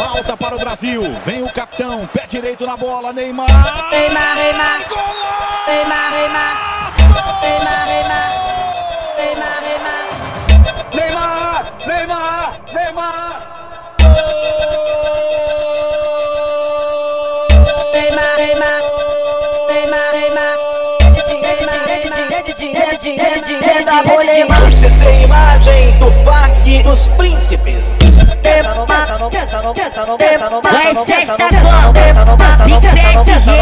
Falta para o Brasil. Vem o capitão. Pé direito na bola. Neymar. Neymar, Neymar. Golaço! Neymar, Neymar. Neymar, Neymar. Neymar, Neymar! Neymar. Neymar! Neymar! Neymar, Neymar. Neymar, Neymar. Da mulher, Você tem imagens do Parque dos Príncipes. Vai sexta Copa, pica PSG,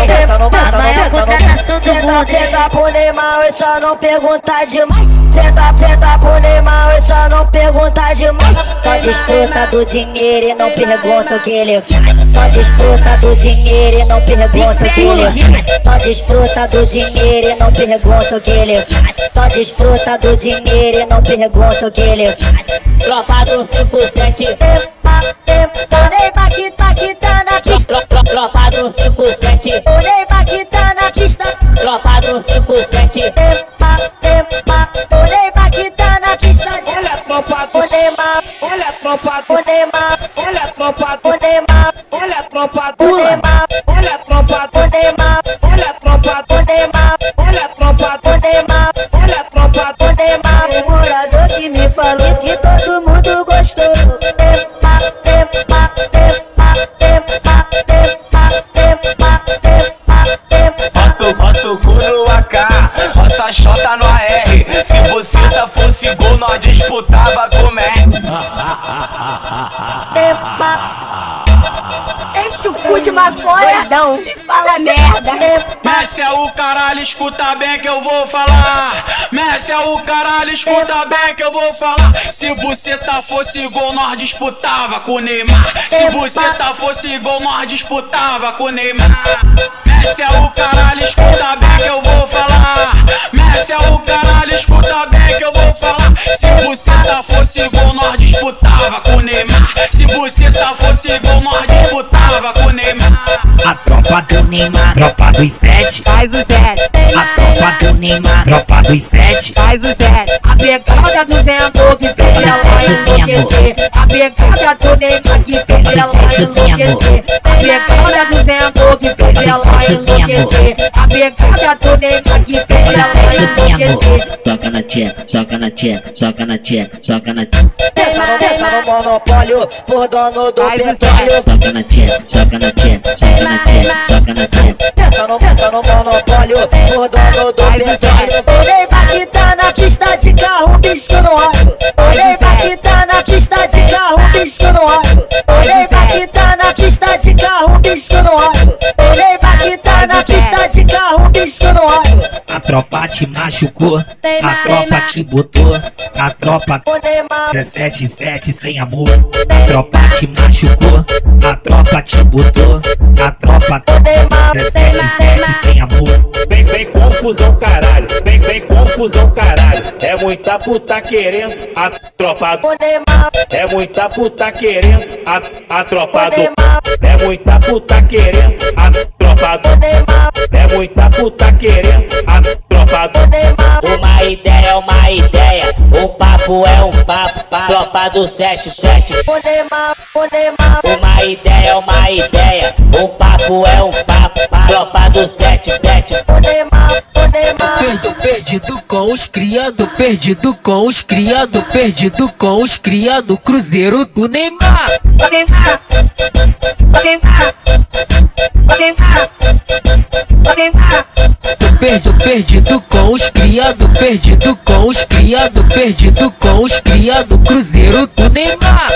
a maior contratação do Senta, mundo. hein? senta pro Neymar, e só não pergunta demais. Senta, senta pro Neymar, e só não pergunta demais. Só desfruta do dinheiro e não pergunta o que ele faz. Só desfruta do dinheiro e não pergunta o que ele faz. Só desfruta do dinheiro e não pergunta o que ele faz. Só desfruta do dinheiro e não pergunta o que ele faz. Tropa do 57, Epa, epa, Neymar que tá quitando a pista. tro, tro, tropa do 57, O Neymar que tá na pista. tropa do 57. Epa, epa, o Neymar que tá na pista. Olha a tropa O do... Neymar, Olha a tropa o do... Neymar, Olha a tropa do... o Neymar, Olha a tropa o do... Neymar, Olha a tropa o do... Neymar, Olha a tropa o do... Neymar, Olha a tropa o do... Neymar, Olha a tropa do... o Neymar. O morador que me falou que todo mundo gostou. Epa, epa, epa, epa, epa, epa, epa, epa. Roça, roça o cu no AK, roça a Xota no AR. Se você tá fosse gol, nós disputava com o Messi. Epa, Enche o cu de maconha e fala merda. epa, Messi é o caralho, escuta bem que eu vou falar. Messi é o caralho, escuta bem que eu vou falar. Se buceta fosse gol, nós disputava com o Neymar. Se buceta fosse gol, nós disputava com o Neymar. Messi é o caralho, escuta bem que eu vou falar. Messi é o caralho, escuta bem que eu vou falar. Se buceta fosse gol, nós disputava com o Neymar. Se buceta fosse gol, nós disputava com o Neymar. A tropa do Neymar, tropa dos sete. Faz o zero, A tropa do Neymar, tropa dos sete. faz o zero. A pegada do Zé Amor que fez ela enlouquecer. A pegada do Neymar que fez ela enlouquecer. A pegada do Zé Amor que fez ela enlouquecer. A pegada do Neymar que fez assim, ela enlouquecer. Soca na tia, soca na tia, soca na tia, soca na tia. Neymar, Neymar. monopólio por dono do Faz o petróleo. Soca na tia, soca na tia, soca na tia, soca na tia. Senta no, senta no monopólio por dono do Faz o petróleo. zero. O Neymar que tá na pista de carro, bicho no óleo. O Neymar que tá na pista de carro, bicho no óleo. O Neymar que tá na pista de carro, bicho no óleo. O Neymar que tá na pista de carro, bicho no óleo. A tropa te machucou, a tropa te botou, a tropa O Neymar, 177 sem amor. A tropa te machucou, a tropa te botou, a tropa o Neymar, Neymar, 177 Neymar. sem amor. Vem, vem confusão, caralho. Vem, vem confusão, caralho. É muita puta querendo a tropa. O Neymar, É muita puta querendo a, a o tropa. do- Neymar, É muita puta querendo a tropa. o do- Neymar, É muita puta querendo a tropa. do- o Neymar. Uma ideia é uma ideia, um papo é um papo, tropa do 77. O Neymar, o Neymar, Uma ideia é uma ideia, um papo é um papo, tropa do 77. o Neymar, o Neymar. Perdido com os criado, perdido com os criado, perdido com os criado, Cruzeiro do Neymar. Perdido, perdido com os criado, perdido com os criado, perdido com os criado, Cruzeiro do Neymar.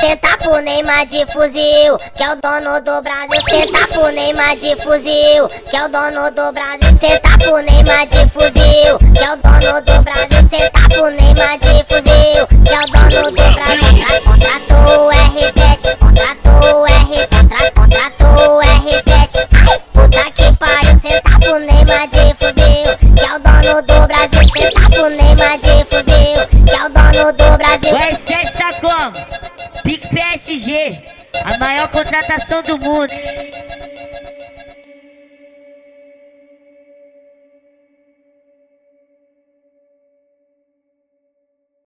Senta tá pro Neymar de fuzil, que é o dono do Brasil. Senta pro Neymar de fuzil, que é o dono do Brasil. Senta pro Neymar de fuzil, que é o dono do Brasil. Senta pro Neymar de fuzil, que é o dono do Brasil. Contra- Contratou o R7, contratou o R, contra- contratou o R7. Ai, puta que pariu. Senta pro Neymar de fuzil, que é o dono do Brasil. Senta pro Neymar de fuzil, que é o dono do Brasil. Vai sexta Copa, pica PSG, a maior contratação do mundo. hein?